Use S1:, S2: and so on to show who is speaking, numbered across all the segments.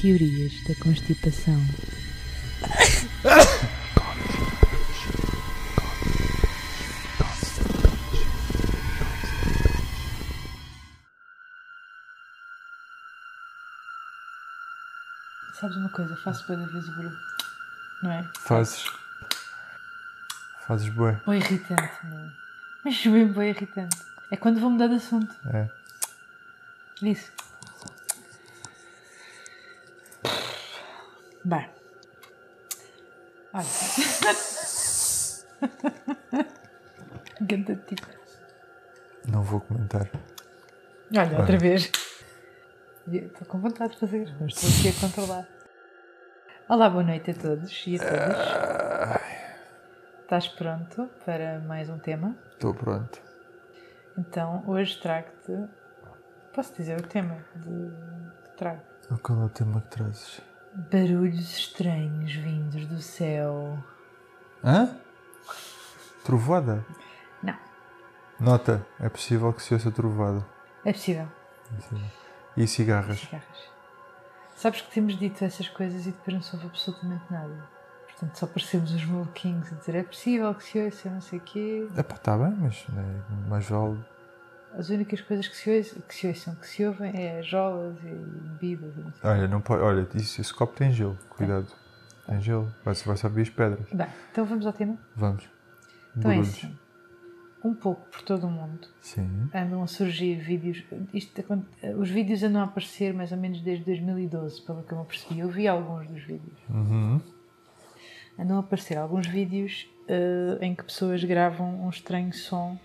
S1: Teorias da constipação.
S2: Sabes uma coisa? Faço bué da vez o barulho. Não é?
S3: Fazes. Fazes bué.
S2: Boi é irritante, meu. Mas bem boi irritante. É quando vou mudar de assunto.
S3: É.
S2: Isso. Bem. Olha. Ganda tipo.
S3: Não vou comentar.
S2: Olha, outra vez. Eu Estou com vontade de fazer, mas estou aqui a controlar. Olá, boa noite a todos e a todas. Estás pronto para mais um tema?
S3: Estou pronto.
S2: Então, hoje trago-te. Posso dizer o tema de que trago?
S3: Qual é o tema que trazes?
S2: Barulhos estranhos vindos do céu.
S3: Hã? Trovoada?
S2: Não,
S3: Nota, é possível que se ouça trovoada.
S2: é possível.
S3: E cigarras?
S2: Cigarras. Sabes que temos dito essas coisas e depois não soube absolutamente nada. Portanto, só parecemos os maluquinhos a dizer é possível que se ouça, não sei o quê.
S3: Epá, está bem, mas né, mais vale.
S2: As únicas coisas que se, ouçam, que se ouçam, que se ouvem é jolas e bebidas e não sei.
S3: Olha, não pode. Olha, isso, esse copo tem gelo, cuidado. Tem gelo, vai, vai subir as pedras.
S2: Bem, então vamos ao tema.
S3: Vamos.
S2: Então é
S3: Barulhos.
S2: isso. Um pouco por todo o mundo
S3: Sim.
S2: andam a surgir vídeos. Isto, acon- os vídeos andam a aparecer mais ou menos desde 2012, pelo que eu me percebi. Eu vi alguns dos vídeos.
S3: Uhum.
S2: Andam a aparecer alguns vídeos eh, em que pessoas gravam um estranho som.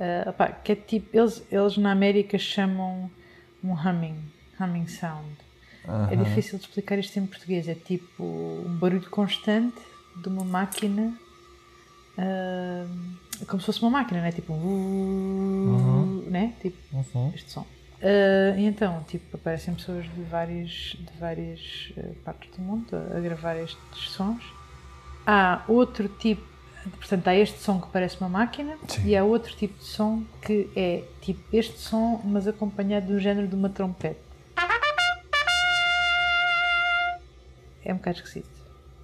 S2: eh, opá, que é tipo. Eles, eles na América chamam um humming, humming sound. É
S3: Aham.
S2: difícil de explicar isto em português. É tipo um barulho constante de uma máquina. ah, como se fosse uma máquina, não é? Tipo um. Né? Tipo
S3: Uhum.
S2: este som. Ah, e então, tipo, aparecem pessoas de várias, de várias ah, partes do mundo a, a gravar estes sons. Há outro tipo. Portanto, há este som que parece uma máquina
S3: Sim.
S2: e há outro tipo de som que é tipo este som, mas acompanhado do género de uma trompete. é um bocado esquisito,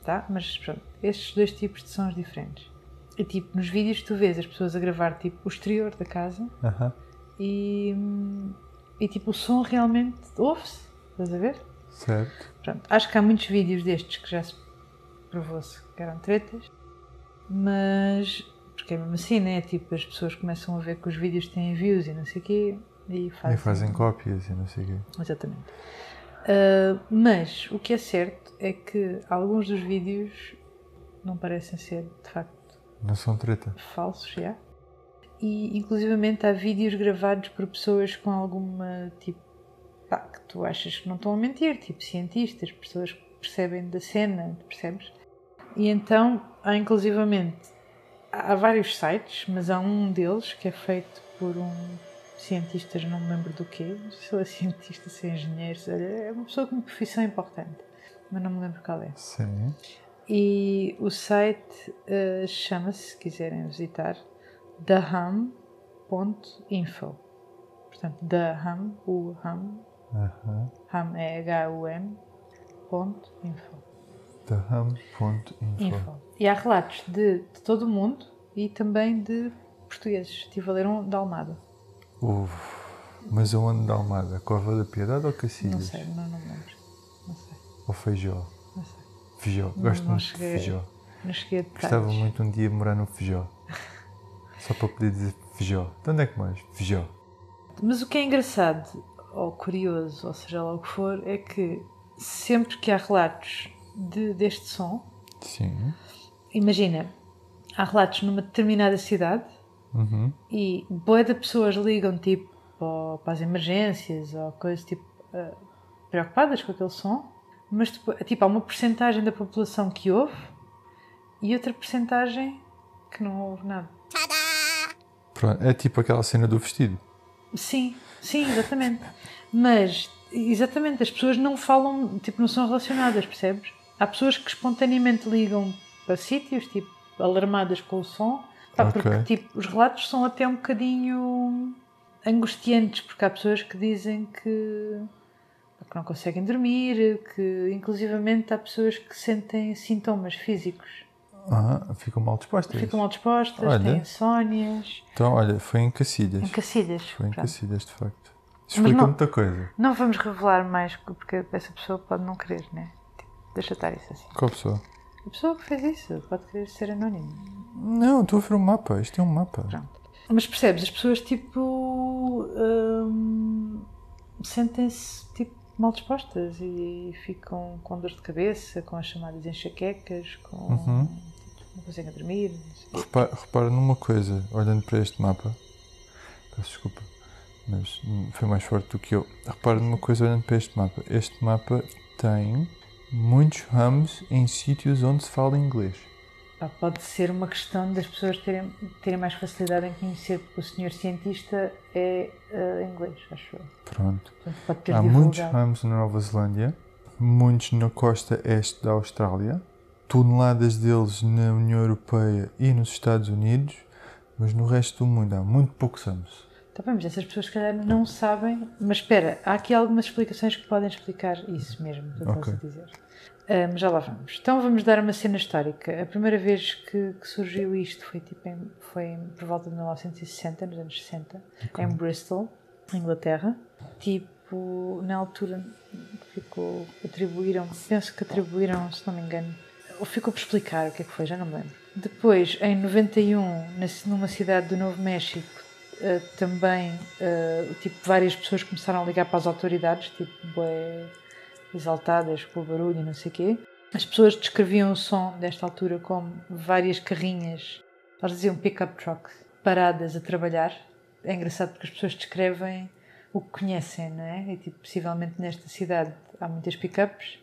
S2: tá? Mas pronto, estes dois tipos de sons diferentes. E tipo, nos vídeos tu vês as pessoas a gravar tipo o exterior da casa
S3: Aham.
S2: e, hum, e tipo o som realmente ouve-se, estás a ver?
S3: Certo.
S2: Pronto, acho que há muitos vídeos destes que já se provou-se que eram tretas, mas porque é mesmo assim, né? Tipo, as pessoas começam a ver que os vídeos têm views e não sei o quê e fazem,
S3: E fazem cópias e não sei o quê.
S2: Exatamente. Ah, mas o que é certo é que alguns dos vídeos não parecem ser de facto
S3: Não são treta.
S2: falsos já. E inclusivamente há vídeos gravados por pessoas com alguma tipo pá, que tu achas que não estão a mentir, tipo cientistas, pessoas que percebem da cena, percebes? E então há inclusivamente há vários sites, mas há um deles que é feito por um cientista, não me lembro do quê, não sei se ele é cientista, se é engenheiro, se- é uma pessoa com uma profissão importante, mas não me lembro qual é.
S3: Sim.
S2: E o site eh, chama-se, se quiserem visitar, thehum.info. Portanto, thehum, o hum,
S3: Aham.
S2: hum é H-U-M, ponto, info.
S3: Taham.info.
S2: info. E há relatos de, de todo o mundo e também de portugueses. Estive a ler um da Almada.
S3: Uf, mas aonde da Almada? Cova da Piedade ou
S2: Não
S3: Cacilhas?
S2: sei, não, não me lembro. Não sei,
S3: Ou Feijó?
S2: não sei.
S3: Feijó. Gosto
S2: não
S3: muito
S2: cheguei
S3: de Feijó.
S2: Não cheguei a detalhes.
S3: Gostava muito um dia de morar no Feijó. Só para poder dizer Feijó. De onde é que mais? Feijó.
S2: Mas o que é engraçado, ou curioso, ou seja lá o que for, é que sempre que há relatos de- deste som,
S3: Sim.
S2: imagina, há relatos numa determinada cidade
S3: Uhum.
S2: e boa de pessoas ligam tipo ao- para as emergências ou coisas tipo eh, preocupadas com aquele som, mas depois, tipo, há uma porcentagem da população que ouve e outra porcentagem que não ouve nada.
S3: Pronto. É tipo aquela cena do vestido.
S2: Sim, sim, exatamente. Mas, exatamente, as pessoas não falam, tipo, não são relacionadas, percebes? Há pessoas que espontaneamente ligam para sítios, tipo, alarmadas com o som, pá,
S3: Ok.
S2: porque, tipo, os relatos são até um bocadinho angustiantes, porque há pessoas que dizem que, que que não conseguem dormir, que inclusivamente há pessoas que sentem sintomas físicos.
S3: Ah, ficam mal dispostas.
S2: Ficam mal dispostas,
S3: Olha.
S2: têm insónias,
S3: Então, olha, foi em Cacilhas.
S2: encacilhas.
S3: Foi em
S2: pronto.
S3: Cacilhas, de facto. Isso
S2: Mas
S3: Explica
S2: não-
S3: muita coisa.
S2: Não vamos revelar mais, porque essa pessoa pode não querer, né? Tipo, deixa estar isso assim.
S3: Qual pessoa?
S2: A pessoa que fez isso pode querer ser anónima.
S3: Não, estou a ver um mapa. Isto é um mapa.
S2: Pronto. Mas percebes, as pessoas tipo. hum, sentem-se tipo mal dispostas e ficam com dor de cabeça, com as chamadas enxaquecas, com.
S3: Uhum.
S2: tipo, não conseguem dormir. não sei.
S3: Repara, repara numa coisa, olhando para este mapa. Peço desculpa, mas hum, foi mais forte do que eu. Repara numa coisa, olhando para este mapa. Este mapa tem muitos ramos em sítios onde se fala inglês.
S2: Pá, Pode ser uma questão das pessoas terem, terem mais facilidade em conhecer, porque o senhor cientista é eh, inglês, acho eu.
S3: Pronto.
S2: Portanto, pode ter
S3: Há muitos
S2: é
S3: é?
S2: divulgado.
S3: ramos na Nova Zelândia, muitos na costa este da Austrália, toneladas deles na União Europeia e nos Estados Unidos, mas no resto do mundo há muito poucos ramos.
S2: Tá bem, mas essas pessoas se calhar não sabem. Mas espera, há aqui algumas explicações que podem explicar isso mesmo que eu estás
S3: Ok.
S2: a dizer. Ah, mas já lá vamos. Então vamos dar uma cena histórica. A primeira vez que, que surgiu isto foi, tipo em- foi em- por volta de 1960, nos anos 60, em Bristol, Inglaterra. Tipo, na altura ficou, atribuíram, penso que atribuíram, se não me engano, ou ficou por explicar o que é que foi, já não me lembro. Depois, em 91, na ci- numa cidade do Novo México, eh, também, eh, tipo, várias pessoas começaram a ligar para as autoridades, tipo, bué exaltadas com o barulho e não sei o quê. As pessoas descreviam o som desta altura como várias carrinhas, elas diziam pick-up trucks, paradas a trabalhar. É engraçado porque as pessoas descrevem o que conhecem, não é? E, tipo, possivelmente nesta cidade há muitas pick-ups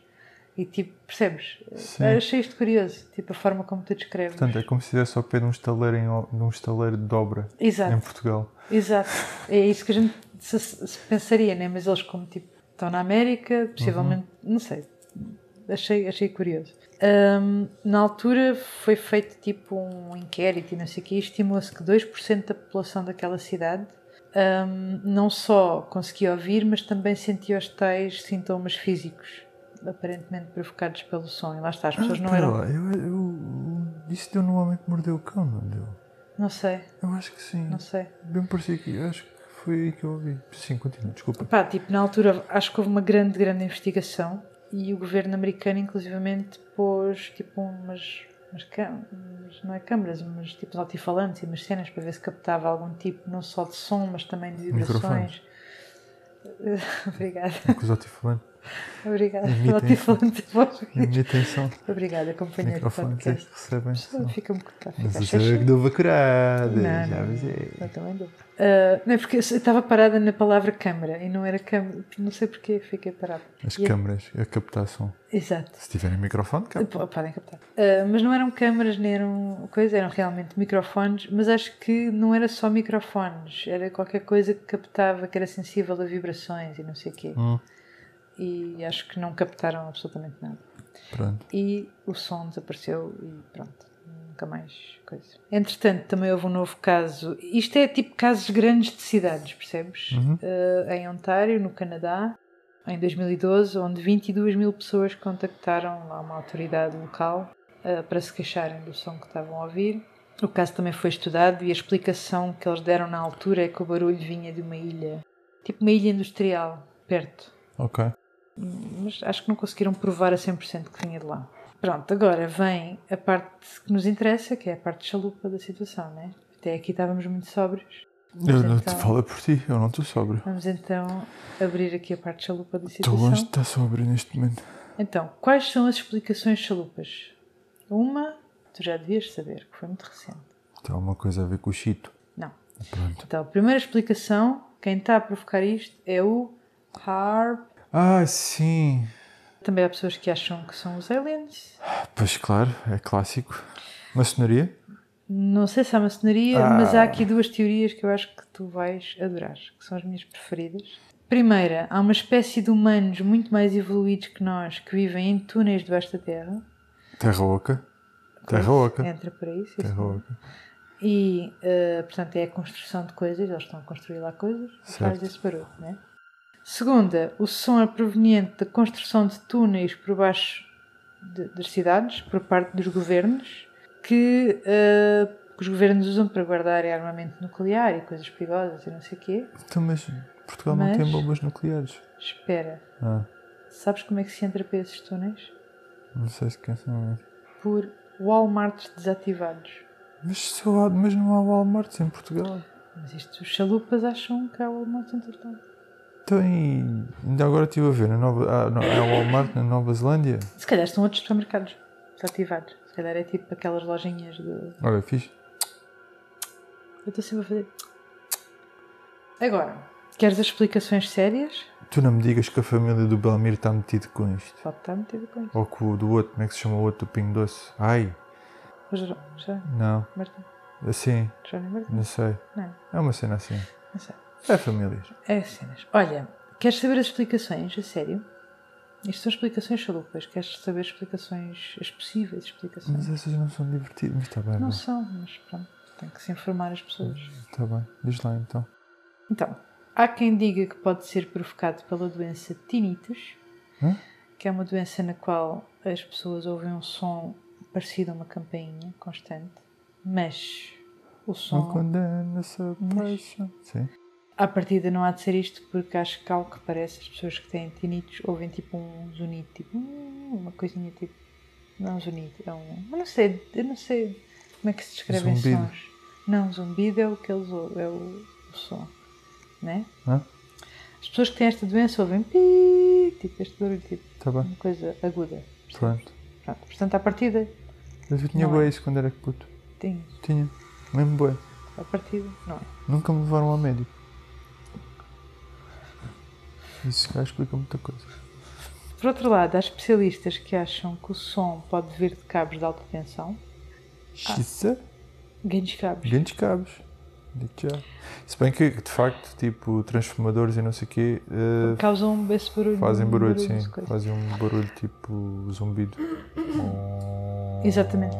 S2: e, tipo, percebes?
S3: Sim.
S2: Achei isto curioso, tipo, a forma como tu descreves.
S3: Portanto, é como se estivesse ao pé de um estaleiro, em o- de um estaleiro de obra
S2: Exato.
S3: em Portugal.
S2: Exato, é isso que a gente se, se pensaria, né? mas eles como tipo estão na América, possivelmente,
S3: Uhum.
S2: não sei, achei, achei curioso. Ahm, na altura foi feito tipo um inquérito e não sei o que, estimou-se que 2% da população daquela cidade ahm, não só conseguia ouvir, mas também sentia os tais sintomas físicos, aparentemente provocados pelo som. E lá está, as pessoas não
S3: Pera
S2: eram.
S3: Ah, lá, eu, eu- eu- isso deu no homem que mordeu o cão, não deu?
S2: Não sei,
S3: Eu acho que sim.
S2: não sei.
S3: Bem parecia que eu acho que foi aí que eu ouvi. Sim, continua, desculpa.
S2: Pá, tipo, na altura acho que houve uma grande, grande investigação e o governo americano, inclusivamente, pôs tipo umas. umas cam- umas- não é câmaras, mas tipo uns altifalantes e umas cenas para ver se captava algum tipo, não só de som, mas também de vibrações. obrigada,
S3: Com os altifalantes.
S2: obrigada
S3: Imitem.
S2: pelo altifalante de voz.
S3: E a minha atenção.
S2: Obrigada, companheiro do
S3: Microfones é que
S2: podcast.
S3: recebem. som.
S2: Fica-me cortado.
S3: Mas
S2: fica um
S3: isso é que
S2: cheio.
S3: deu bacurada.
S2: Não,
S3: Já
S2: não,
S3: avisei.
S2: Eu também dou. Então, Ah, não é porque eu estava parada na palavra câmara e não era câmara, não sei porque fiquei parada.
S3: As
S2: E- é-
S3: câmaras, a captação.
S2: Exato.
S3: Se tiverem microfone, capta.
S2: P- Podem captar. Ah, mas não eram câmaras, nem eram coisa, eram realmente microfones, mas acho que não era só microfones, era qualquer coisa que captava, que era sensível a vibrações e não sei o quê.
S3: Hum,
S2: E acho que não captaram absolutamente nada.
S3: pronto.
S2: E o som desapareceu e pronto, nunca mais coisa. Entretanto, também houve um novo caso. Isto é tipo casos grandes de cidades, percebes?
S3: Uhum.
S2: Eh, em Ontário, no Canadá, em 2012, onde 22 mil pessoas contactaram lá uma autoridade local eh, para se queixarem do som que estavam a ouvir. O caso também foi estudado e a explicação que eles deram na altura é que o barulho vinha de uma ilha, tipo uma ilha industrial, perto
S3: Ok.
S2: mas acho que não conseguiram provar a 100% que vinha de lá. Pronto, agora vem a parte que nos interessa, que é a parte chalupa da situação, né? Até aqui estávamos muito sóbrios.
S3: Eu não te
S2: então-
S3: falo é por ti, eu não estou sóbrio.
S2: Vamos então abrir aqui a parte chalupa da
S3: Estou longe
S2: situação.
S3: de estar sóbrio neste momento.
S2: Então, quais são as explicações chalupas? Uma, tu já devias saber, que foi muito recente.
S3: Tem alguma coisa a ver com o Chito.
S2: Não.
S3: Pronto.
S2: Então, a primeira explicação, quem está a provocar isto é o HARP.
S3: Ah, sim.
S2: Também há pessoas que acham que são os aliens.
S3: Pois claro, é clássico. Maçonaria?
S2: Não sei se há maçonaria,
S3: Ah.
S2: mas há aqui duas teorias que eu acho que tu vais adorar, que são as minhas preferidas. Primeira, há uma espécie de humanos muito mais evoluídos que nós que vivem em túneis debaixo da terra.
S3: Terra Oca. Terra Oca.
S2: Entra por aí, sim,
S3: Terra
S2: senhor.
S3: Oca.
S2: E, eh, portanto, é a construção de coisas, eles estão a construir lá coisas e
S3: Certo.
S2: faz esse barulho, né? Segunda, o som é proveniente da construção de túneis por baixo de- das cidades, por parte dos governos, que, eh, que os governos usam para guardar armamento nuclear e coisas perigosas e não sei o quê.
S3: Então, mas Portugal
S2: Mas-
S3: não tem bombas nucleares.
S2: Espera,
S3: Ah,
S2: sabes como é que se entra para esses túneis?
S3: não sei se canção é.
S2: Por Walmarts desativados.
S3: Mas, só há- mas não há Walmart em Portugal.
S2: Mas isto, os chalupas acham que há Walmart em todo lado.
S3: Então, e ainda agora estive a ver, na Nova, há, não, há Walmart na Nova Zelândia.
S2: Se calhar são outros supermercados desativados. Se calhar é tipo aquelas lojinhas de.
S3: Olha, fixe.
S2: Eu estou sempre a fazer. Agora, queres as explicações sérias?
S3: Tu não me digas que a família do Belmiro está metida com isto.
S2: Pode estar metido com isso.
S3: Ou com o do outro, como é que se chama o outro do Pingo Doce? Ai,
S2: Mas já, já,
S3: não.
S2: Martim,
S3: Assim,
S2: já nem Martim,
S3: não sei.
S2: não,
S3: É uma cena assim.
S2: não sei.
S3: É famílias.
S2: É cenas. Olha, queres saber as explicações? A sério? Isto são explicações chalupas. Queres saber explicações, as possíveis explicações?
S3: Mas essas não são divertidas. Mas está bem,
S2: Não
S3: bom.
S2: são, mas pronto, tem que se informar as pessoas.
S3: Está Tá bem. Diz lá então.
S2: Então, há quem diga que pode ser provocado pela doença tinnitus,
S3: Hã?
S2: que é uma doença na qual as pessoas ouvem um som parecido a uma campainha constante, mas o som
S3: Não condena essa paixão. Sim.
S2: à partida não há de ser isto porque acho que algo que parece as pessoas que têm tinnitus ouvem tipo um zunido, tipo "Hum", uma coisinha tipo não um zunido, é um eu não sei, eu não sei como é que se descrevem
S3: Zumbido.
S2: sons. Não, zumbido é o que eles ouvem, é o, o som, né?
S3: Hã?
S2: As pessoas que têm esta doença ouvem pi, tipo este barulho, tipo
S3: Está Tá bem.
S2: uma coisa aguda.
S3: Pronto.
S2: Pronto, portanto, à partida,
S3: Mas eu tinha
S2: Hum. Não é.
S3: boa isso quando era puto.
S2: tem,
S3: Tinha. Mesmo boa.
S2: à partida, não é?
S3: Nunca me levaram ao médico. Isso cá explica muita coisa.
S2: Por outro lado, há especialistas que acham que o som pode vir de cabos de alta tensão, Ah.
S3: Xissa.
S2: grandes cabos.
S3: é Grandes cabos. Digo já. Se bem que, de facto, tipo, transformadores e não sei o quê, eh,
S2: causam esse barulho.
S3: fazem barulho, sim.
S2: de coisa.
S3: Fazem um barulho tipo zumbido.
S2: Exatamente.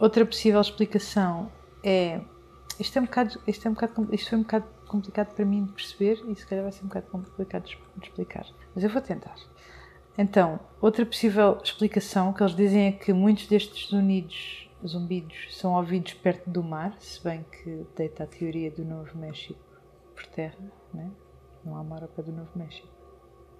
S2: Outra possível explicação é. Isto, é um bocado, isto, é um bocado, com- isto foi um bocado complicado para mim de perceber e se calhar vai ser um bocado complicado de exp- de explicar. Mas eu vou tentar. Então, outra possível explicação que eles dizem é que muitos destes zunidos, zumbidos são ouvidos perto do mar, se bem que deita a teoria do Novo México por terra, né? não há mar ao pé do Novo México.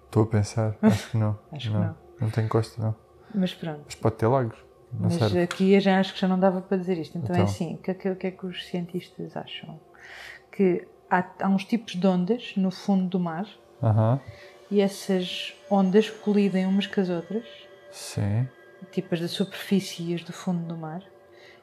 S3: Estou a pensar. Acho que não.
S2: Acho que
S3: não.
S2: não.
S3: Não tem costa, não.
S2: Mas pronto.
S3: Mas pode ter lagos. Não
S2: Mas eh,
S3: serve.
S2: aqui eu já acho que já não dava para dizer isto. Então, é
S3: Então.
S2: assim, o que, é que- o que é que os cientistas acham? Que há, há uns tipos de ondas no fundo do mar
S3: Aham.
S2: e essas ondas colidem umas com as outras,
S3: Sim.
S2: tipo as da superfície e as do fundo do mar,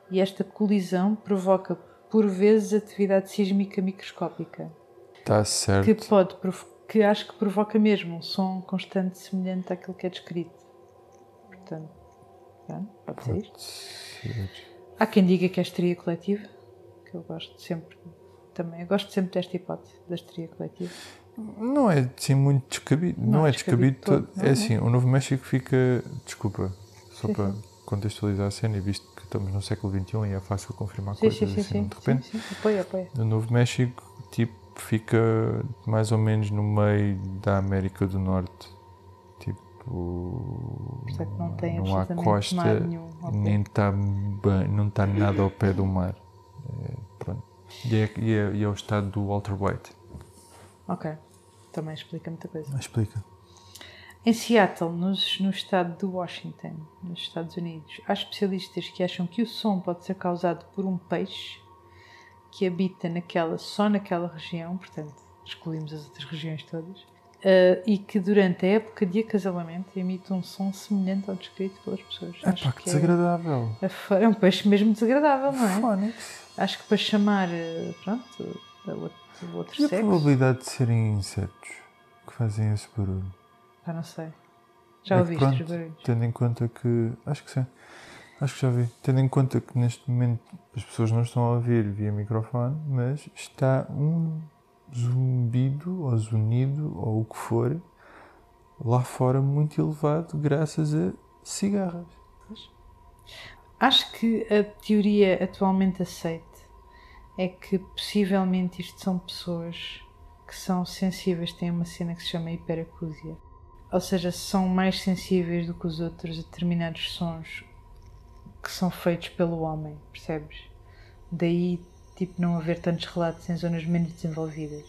S2: e esta colisão provoca, por vezes, atividade sísmica microscópica,
S3: Está Tá certo.
S2: que pode provo- que acho que provoca mesmo um som constante semelhante àquele que é descrito. Portanto, pronto, pode ser isto.
S3: Pode ser.
S2: Há quem diga que é histeria coletiva, que eu gosto sempre, também, eu gosto sempre desta hipótese, da histeria coletiva.
S3: Não é assim muito descabido. Não, é descabido, todo.
S2: não,
S3: É
S2: não.
S3: assim, o Novo México fica. Desculpa, só
S2: Sim,
S3: para contextualizar a cena, e visto que estamos no século XXI e é fácil confirmar
S2: Sim,
S3: coisas
S2: sim, sim,
S3: assim
S2: sim,
S3: de repente.
S2: sim, sim, apoia, apoia.
S3: O Novo México, tipo, fica mais ou menos no meio da América do Norte. Tipo.
S2: Portanto, não tem
S3: não há
S2: absolutamente
S3: costa,
S2: mar nenhum. ao pé.
S3: nem está não tá nada ao pé do mar. É, pronto. E é, e, é, e é o estado do Walter White.
S2: Ok, também explica muita coisa.
S3: Explica.
S2: Em Seattle, nos- no estado de Washington, nos Estados Unidos, há especialistas que acham que o som pode ser causado por um peixe que habita naquela, só naquela região, portanto, excluímos as outras regiões todas, eh, e que durante a época de acasalamento emite um som semelhante ao descrito pelas pessoas.
S3: É
S2: Acho
S3: pá, que desagradável.
S2: É, afora- é um peixe mesmo desagradável, não é?
S3: Fónix.
S2: Acho que para chamar, eh, pronto, a outro, o outro
S3: E a
S2: sexo,
S3: probabilidade de serem insetos que fazem esse barulho?
S2: já não sei. Já
S3: É que
S2: ouviste os
S3: pronto,
S2: barulhos?
S3: Tendo em conta que. Acho que sim. Acho que já vi. Tendo em conta que neste momento as pessoas não estão a ouvir via microfone, mas está um zumbido ou zunido ou o que for lá fora muito elevado graças a cigarras.
S2: Acho que a teoria atualmente aceite é que possivelmente isto são pessoas que são sensíveis têm uma cena que se chama hiperacúsia. Ou seja, são mais sensíveis do que os outros a determinados sons que são feitos pelo homem, percebes? Daí, tipo, não haver tantos relatos em zonas menos desenvolvidas.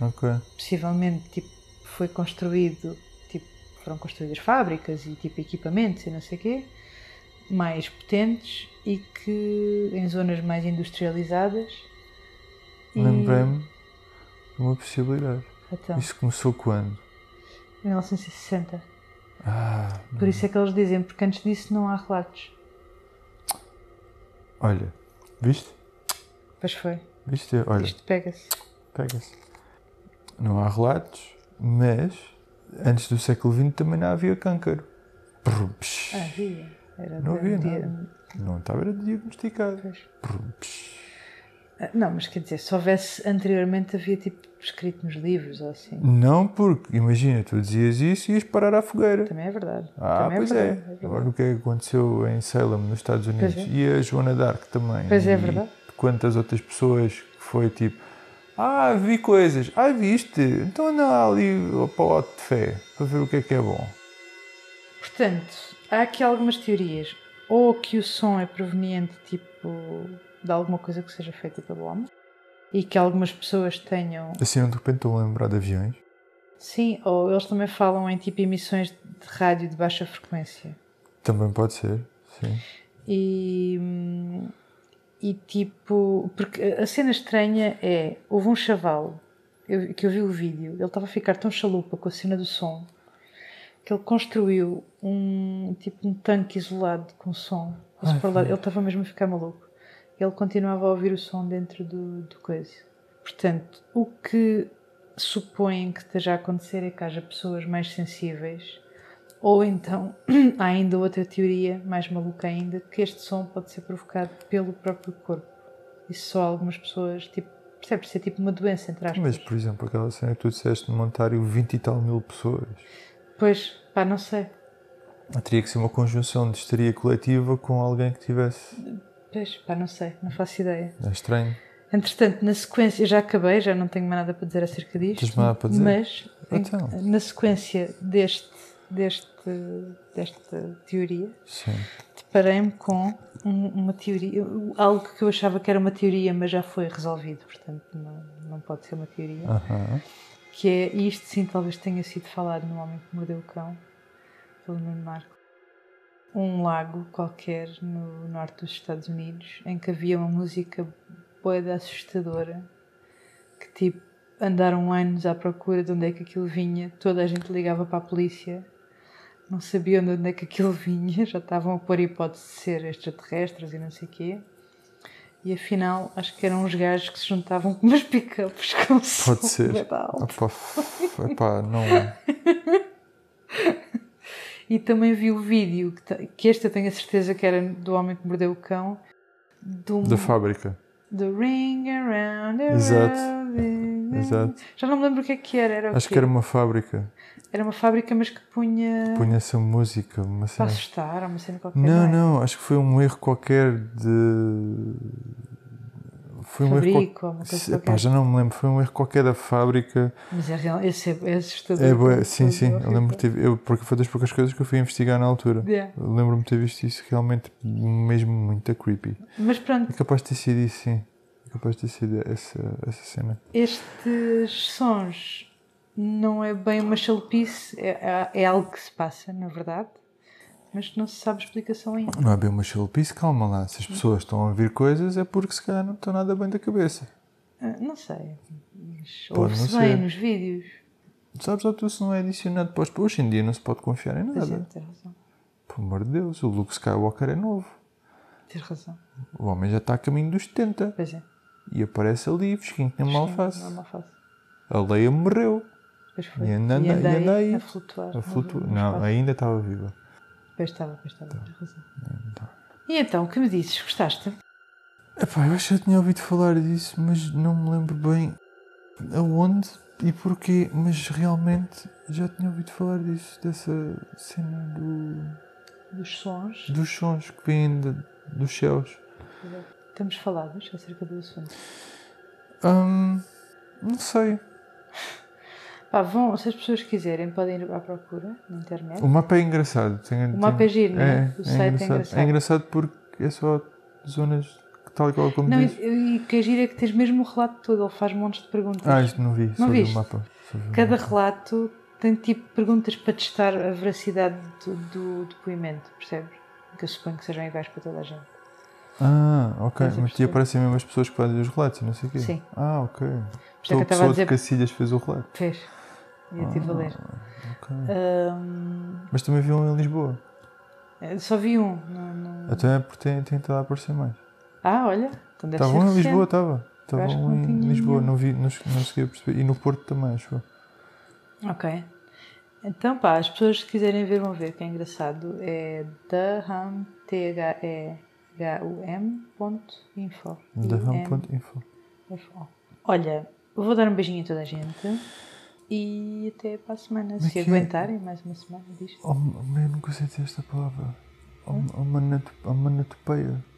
S3: Ok.
S2: Possivelmente, tipo, foi construído, tipo, foram construídas fábricas e, tipo, equipamentos e não sei quê, mais potentes e que em zonas mais industrializadas. E-
S3: Lembrei-me de uma possibilidade.
S2: Então,
S3: Isso começou quando?
S2: 1960.
S3: Ah,
S2: Por isso é que eles dizem, porque antes disso não há relatos.
S3: olha, viste?
S2: Pois foi.
S3: Viste? Olha,
S2: Isto pega-se.
S3: pega-se. Não há relatos, mas antes do século XX também não havia cancro. Prum, psh.
S2: Ah, havia. Era
S3: Não havia
S2: dia-
S3: Não estava era diagnosticado.
S2: Pois.
S3: Prum, psh.
S2: Ah, Não, mas quer dizer, se houvesse anteriormente havia tipo escrito nos livros ou assim.
S3: Não porque, imagina, tu dizias isso e ias parar à fogueira.
S2: Também é verdade.
S3: Ah,
S2: Também
S3: pois
S2: verdade,
S3: é.
S2: verdade.
S3: Agora o que é que aconteceu em Salem, nos Estados Unidos,
S2: Pois é.
S3: e a Joana d'Arc também.
S2: Pois é,
S3: e
S2: verdade.
S3: Quantas outras pessoas que foi tipo, ah, vi coisas, ah, viste, então anda ali para o alto de fé, para ver o que é que é bom.
S2: Portanto, há aqui algumas teorias. Ou que o som é proveniente, tipo, de alguma coisa que seja feita pelo homem. E que algumas pessoas tenham.
S3: Assim, de repente estou a lembrar de aviões.
S2: Sim, ou eles também falam em tipo emissões de rádio de baixa frequência.
S3: Também pode ser, sim.
S2: E. hum, E tipo. Porque a cena estranha é. Houve um chaval eu- que eu vi o vídeo, ele estava a ficar tão chalupa com a cena do som que ele construiu um tipo um tanque isolado com som. Um
S3: Ai,
S2: super
S3: foi.
S2: lado- ele estava mesmo a ficar maluco. Ele continuava a ouvir o som dentro do, do coisa. Portanto, o que supõem que esteja a acontecer é que haja pessoas mais sensíveis, ou então há ainda outra teoria, mais maluca ainda, que este som pode ser provocado pelo próprio corpo. E só algumas pessoas, tipo, percebes? Isso é tipo uma doença, entre aspas.
S3: Mas, por exemplo, aquela cena que tu disseste no Montário, 20 e tal mil pessoas.
S2: Pois, pá, não sei.
S3: Teria que ser uma conjunção de histeria coletiva com alguém que tivesse.
S2: Pois, pá, não sei, não faço ideia.
S3: É estranho.
S2: Entretanto, na sequência, eu já acabei, já não tenho mais nada para dizer acerca disto.
S3: Tens mais nada para dizer?
S2: Mas, em-
S3: Então.
S2: na sequência deste, deste, desta teoria,
S3: Sim.
S2: deparei-me com um- uma teoria, algo que eu achava que era uma teoria, mas já foi resolvido, portanto, não, não pode ser uma teoria.
S3: Aham.
S2: Que é, e isto sim, talvez tenha sido falado no Homem que Mordeu o Cão, pelo Nuno Marco. Um lago qualquer no norte dos Estados Unidos, em que havia uma música boeda assustadora, que tipo, andaram anos à procura de onde é que aquilo vinha, toda a gente ligava para a polícia, não sabiam de onde é que aquilo vinha, já estavam a pôr a hipótese de ser extraterrestres e não sei o quê. E afinal, acho que eram uns gajos que se juntavam com umas pick-ups com som
S3: Pode ser.
S2: bué de alto.
S3: Opa, Ah, f- epá, não. é.
S2: E também vi o vídeo, que, te- que este eu tenho a certeza que era do homem que mordeu o cão, do,
S3: Da fábrica.
S2: do Ring Around the
S3: Exato.
S2: Rosie.
S3: Exato.
S2: Já não me lembro o que é que era. Era, o
S3: Acho
S2: quê?
S3: que era uma fábrica.
S2: Era uma fábrica, mas que punha.
S3: Punha essa música, uma
S2: para
S3: cena.
S2: assustar, ou uma cena qualquer.
S3: Não,
S2: é?
S3: não, acho que foi um erro qualquer de. Foi um erro qualquer.
S2: Fabrico, ou uma coisa
S3: Se-
S2: qualquer.
S3: epá, já não me lembro, foi um erro qualquer da fábrica.
S2: Mas é real, esse é, é assustador.
S3: É, bué, sim,
S2: Todo
S3: sim, eu
S2: horrível.
S3: lembro que tive, eu, porque foi das poucas coisas que eu fui investigar na altura.
S2: Yeah.
S3: Eu Lembro-me de ter visto isso realmente mesmo muito creepy.
S2: Mas pronto,
S3: É capaz de ter sido isso, sim. É capaz de ter sido essa, essa cena.
S2: estes sons não é bem uma chalupice, é, é- é algo que se passa, na verdade, mas que não se sabe explicação ainda.
S3: Não é bem uma chalupice, calma lá. Se as pessoas estão a ouvir coisas é porque se calhar não estão nada bem da cabeça.
S2: Ah, Não sei. Mas
S3: Pode
S2: ouve-se
S3: não
S2: bem
S3: ser.
S2: nos vídeos.
S3: Sabes, ou tu se não é adicionado para os... Hoje em dia não se pode confiar em
S2: é, Tens
S3: nada.
S2: ter razão.
S3: Por amor de Deus, o Luke Skywalker é novo.
S2: Tens razão.
S3: O homem já está a caminho dos 70.
S2: Pois é.
S3: E aparece ali, fresquinho, que nem uma
S2: Sim,
S3: alface.
S2: Não é uma alface.
S3: A Leia morreu.
S2: Pois foi.
S3: E anda- anda- e anda aí.
S2: a flutuar.
S3: A
S2: no-
S3: flutu...
S2: no
S3: Não, é-
S2: espaço.
S3: ainda estava viva.
S2: Pois estava, pois estava. Tens razão. E então, o que me dizes? Gostaste?
S3: Epá, eu acho que já tinha ouvido falar disso, mas não me lembro bem aonde e porquê. Mas realmente já tinha ouvido falar disso, dessa cena do,
S2: Dos sons.
S3: dos sons que vêm de- dos céus.
S2: Estamos falados acerca do assunto.
S3: Hum, não sei.
S2: Pá, vão, se as pessoas quiserem, podem ir à procura na internet.
S3: O mapa é engraçado. Tem,
S2: O mapa é giro, não é? O
S3: é
S2: site é
S3: engraçado.
S2: engraçado.
S3: É engraçado porque é só zonas que tal e qual como
S2: Não,
S3: diz.
S2: e, e que gira é que tens mesmo o relato todo, ele faz montes de perguntas.
S3: Ah, isto não vi. só vi o
S2: viste?
S3: mapa. Só vi o
S2: Cada
S3: mapa.
S2: relato tem tipo perguntas para testar a veracidade do, do depoimento, percebes? Que eu suponho que sejam iguais para toda a gente.
S3: Ah, ok.
S2: Estás a
S3: Mas te
S2: perceber?
S3: aparecem mesmo as pessoas que fazem os relatos, não sei o quê.
S2: Sim.
S3: Ah, ok.
S2: é que eu
S3: Então a
S2: estava a
S3: pessoa
S2: dizer-
S3: de Cacilhas fez o relato.
S2: Fez. E eu estive a ler.
S3: Ok. Ah.
S2: Ahm,
S3: Mas também vi um em Lisboa.
S2: eh, só vi um. não- não-
S3: Até é porque tem, tem estado a aparecer mais.
S2: Ah, olha. Então deve
S3: Estava
S2: ser
S3: um em
S2: recente.
S3: Lisboa, estava. Estava
S2: acho que
S3: um
S2: não
S3: em
S2: tinha
S3: Lisboa,
S2: nenhum.
S3: não vi, não, não cheguei a perceber. E no Porto também, acho eu.
S2: Ok. Então, pá, as pessoas que quiserem ver vão ver, que é engraçado. É thehum, T-H-E-H-U-M.info.
S3: Da Ram.info.
S2: U-M.info. Olha, eu vou dar um beijinho a toda a gente e até para a semana.
S3: Mas
S2: se
S3: é que-
S2: aguentarem, mais uma semana disto.
S3: Oh, eu não consigo dizer esta palavra. Omanatopeia.
S2: On-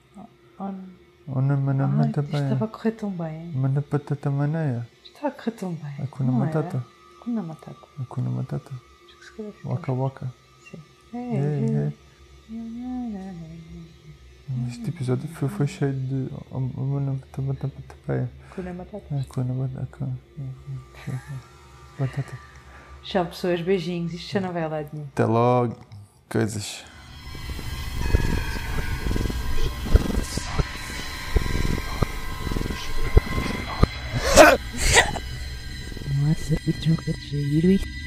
S2: Oh, Ai, isto estava
S3: Onamanamatapeia.
S2: a correr tão bem.
S3: Manapatatamaneia.
S2: Isto estava a correr tão bem.
S3: Hakuna
S2: não era?
S3: Matata.
S2: Hakuna Matata.
S3: Hakuna Matata.
S2: Acho que se calhar ficou.
S3: Waka Waka.
S2: Sim.
S3: É, é.
S2: é.
S3: Este episódio foi, foi cheio de. Omanamatapeia.
S2: Hakuna é. Matata.
S3: Hakuna Matata. Batata.
S2: Tchau, pessoas. Beijinhos. Isto já não vai a lado nenhum.
S3: Até logo. Coisas.
S1: Nossa, que troca de giro isto.